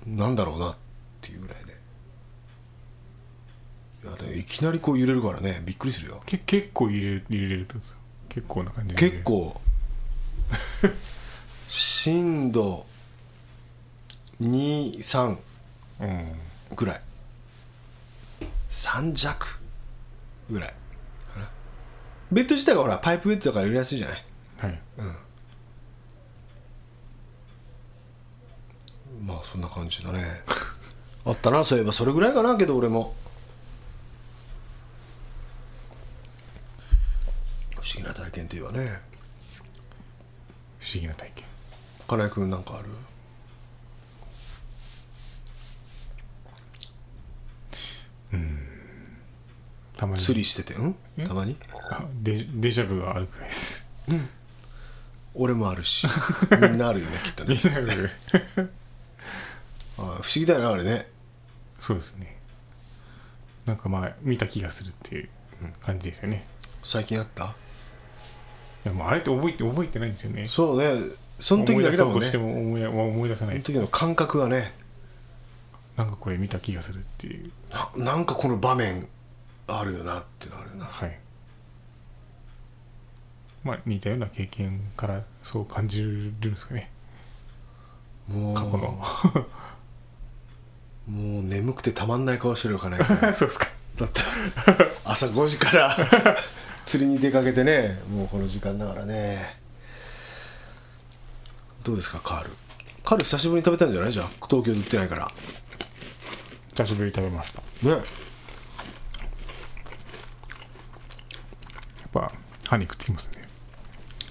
うん
なんだろうなっていうぐらいでいやでもいきなりこう揺れるからねびっくりするよ
け結構入れる入れるってことですか結構な感じで
結構震度23
うん
ぐらい3弱ぐらいベッド自体がほらパイプベッドだから揺れやすいじゃない
はい
まあそんな感じ
(laughs)
だねあったなそういえばそれぐらいかなけど俺も不思議な体験といえばね
不思議な体験
金井君なんかある
たまに
釣りしててうん
え
たまに
あデデジャブがあるくら
(laughs)
いです
俺もある
(laughs)
しみんなあるよねきっとね
デジャブ
ああ不思議だよねあれね
そうですねなんかまあ見た気がするっていう感じですよね
最近あった
やもうあれって覚えて覚えてないんですよね
そうねその時だけだもんね
思い出そうとしても思い出思い出せない
そ
で
の時
す
の感覚がね
なんかこれ見た気がするっていう
ななんかこの場面あるよなってなるよな
はいまあ似たような経験からそう感じるんですかね
もう
過去の
もう眠くてたまんない顔してるよ金井 (laughs)
(laughs) そうですか
だって朝5時から (laughs) 釣りに出かけてねもうこの時間だからねどうですかカールカール久しぶりに食べたんじゃないじゃあ東京で売ってないから
久しぶりに食べました
ね
やっぱ歯にくっつきますね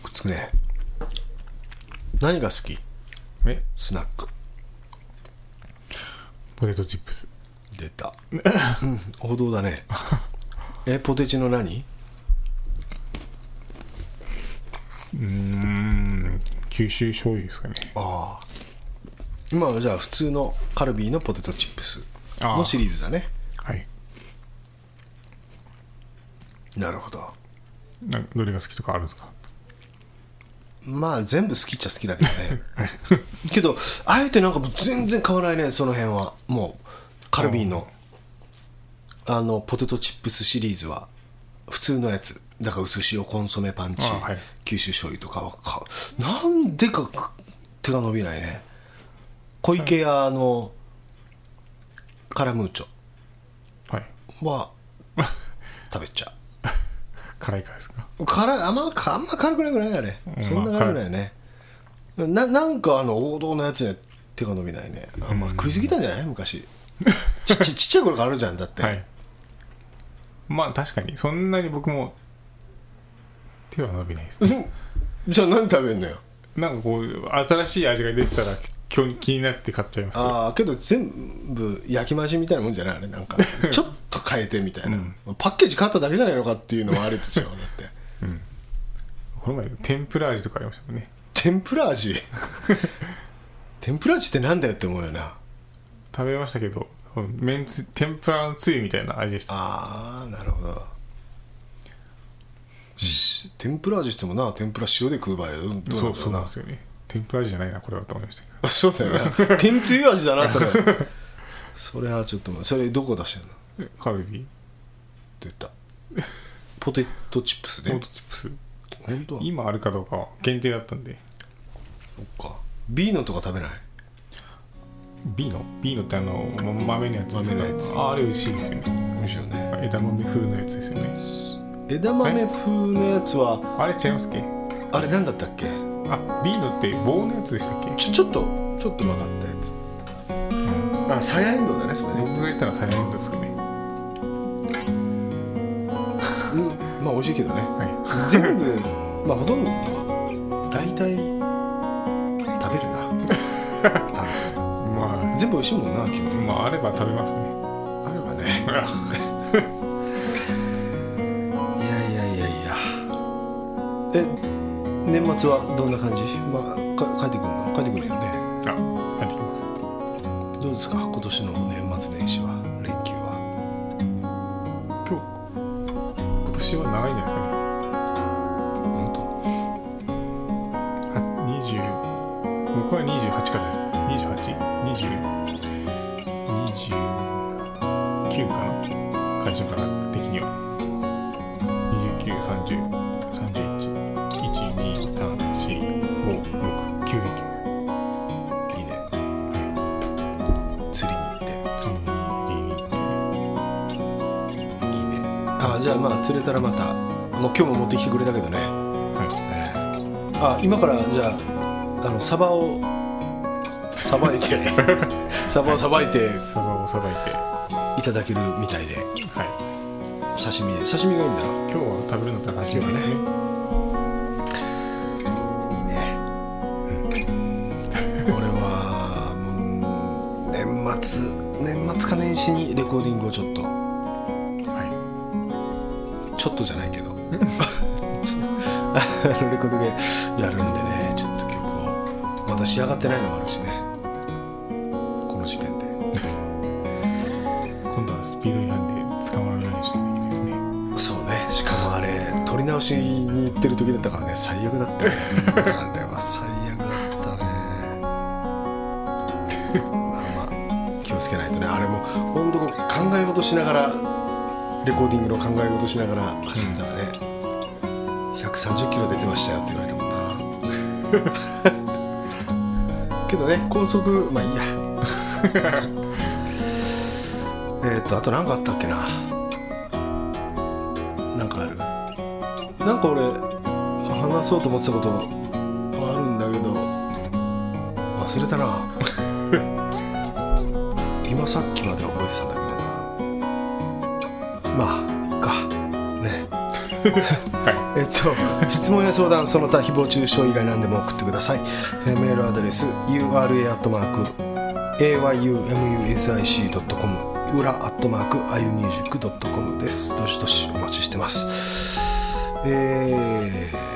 くっつくね何が好き
え
スナック
ポテトチップス
出た、 (laughs) うん、王道だねえポテチの何
うーん九州醤油ですかね
ああ今はじゃあ普通のカルビーのポテトチップス
あー
のシリーズだね
はい
なるほど
などれが好きとかあるんですか
まあ全部好きっちゃ好きだけどね (laughs) けどあえてなんかもう全然買わないねその辺はもうカルビーのあのポテトチップスシリーズは普通のやつだから薄塩コンソメパンチ、
あはい
九州醤油とかは買うなんでか手が伸びないね小池屋のカラムーチ
はい
ョは食べちゃ
辛いからですか
う辛いあんまあんま辛くないぐらいあれ
ん
そんな
まあ
辛くないよねななんかあの王道のやつには手が伸びないねあまあ食いすぎたんじゃない昔ちっちゃいちっちゃい頃からあるじゃんだって、
はいまあ確かにそんなに僕も手は伸びない
(laughs)
ですね
うんじゃあ何食べんのよ
なんかこう新しい味が出てたらきょ気になって買っちゃいますけど
ああけど全部焼き増しみたいなもんじゃないあれなん
(laughs)
かちょっと変えてみたいな、パッケージ買っただけじゃないのかっていうのはあるでしょだって
(laughs) この前天ぷら味とかありましたもんね
天ぷら味天ぷら味ってなんだよって思うよな
食べましたけどめんつ天ぷらのつゆみたいな味でした
ああなるほど、し天ぷら味してもな天ぷら塩で食う場合はどうどう
そう
だ
そう
ろ
なんですよね天ぷら味じゃないなこれはと思いましたけど
な (laughs) そうだよね天つゆ味だなそれ (laughs) それはちょっともうそれどこ出してるのっ
えカルビ
て言 (laughs) ったポテトチップス
ポ
ね
ートチップス
本当は
今あるかどうかは限定だったんで
そっか B のとか食べない
B の B のってあのま豆のやつ
豆のやつ
ああれ美味しいですよね
むしろね
枝豆風のやつですよね
枝豆風のやつは
あれ違いますっけ
あれ何だったっけ
あ B のって棒のやつでしたっけ
ちょちょっとちょっと曲がったやつあサヤエンドウだねそれね
僕が言ったのはサイレントですかね
うんまあ美味しいけどね
は
全部まあほとんど大体食べるなあ
いま
全部美味しいもんな基本的
あ
に
まああれば食べますね
あればね
あ
いやいやいやいやえ年末はどんな感じまあか帰ってくるの帰ってくるよね
帰ってきます
どうですか今年の年末年始は連休は
今日今年は長いんじゃないですかね
本
あ20僕は28からです2829かな会社から的には
当いいね釣りに行
293031123456
っ
ついに
ていいねあじゃあまあ釣れたらまたもう今日も持ってきてくれたけどね
は
あ今からじゃああのサバをさばい (laughs) てサバをさばいて
いサバをさばいて
いただけるみたいで
はい
刺身で刺身がいいんだろ
今日は食べるの楽しみですね
いいね、俺はもう年末年末か年始にレコーディングをちょっと
は
ちょっとじゃないけど (laughs) あのレコーディングやるんでねちょっと曲をまだ仕上がってないのもあるしねこの時点で
い今度はスピード違反で捕まらないようにしなきゃいけないですね
そうねしかもあれ東り直しに行ってる時だったからね最悪だったよあれは最悪だったねまあまあ気をつけないとねあれも本当考え事しながらレコーディングの考え事しながら走ったらね、130キロ出てましたよって言われたもんな (laughs) けどね高速まあいいや (laughs) えっとあと何かあったっけななんかあるなんか俺話そうと思ってたことあるんだけど忘れたな (laughs) 今さっきまで覚えてたんだけどなまあいっかね
は
えっと、質問や相談、その他誹謗中傷以外何でも送ってください。えーメールアドレス、ura.ayumusic.com、裏 .imusic.com です。どしどしお待ちしてます。えー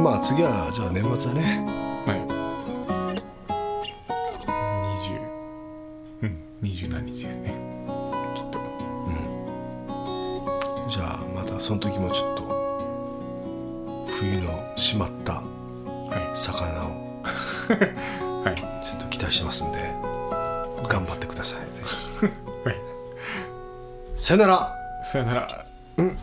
まあ次は、じゃあ年末だね。
い20うん27日ですねきっと
じゃあまたその時もちょっと、冬のしまった
は
魚を
いはい
ちょっと期待してますんで頑張ってくださいぜひ
はい
さよなら
さよなら
うん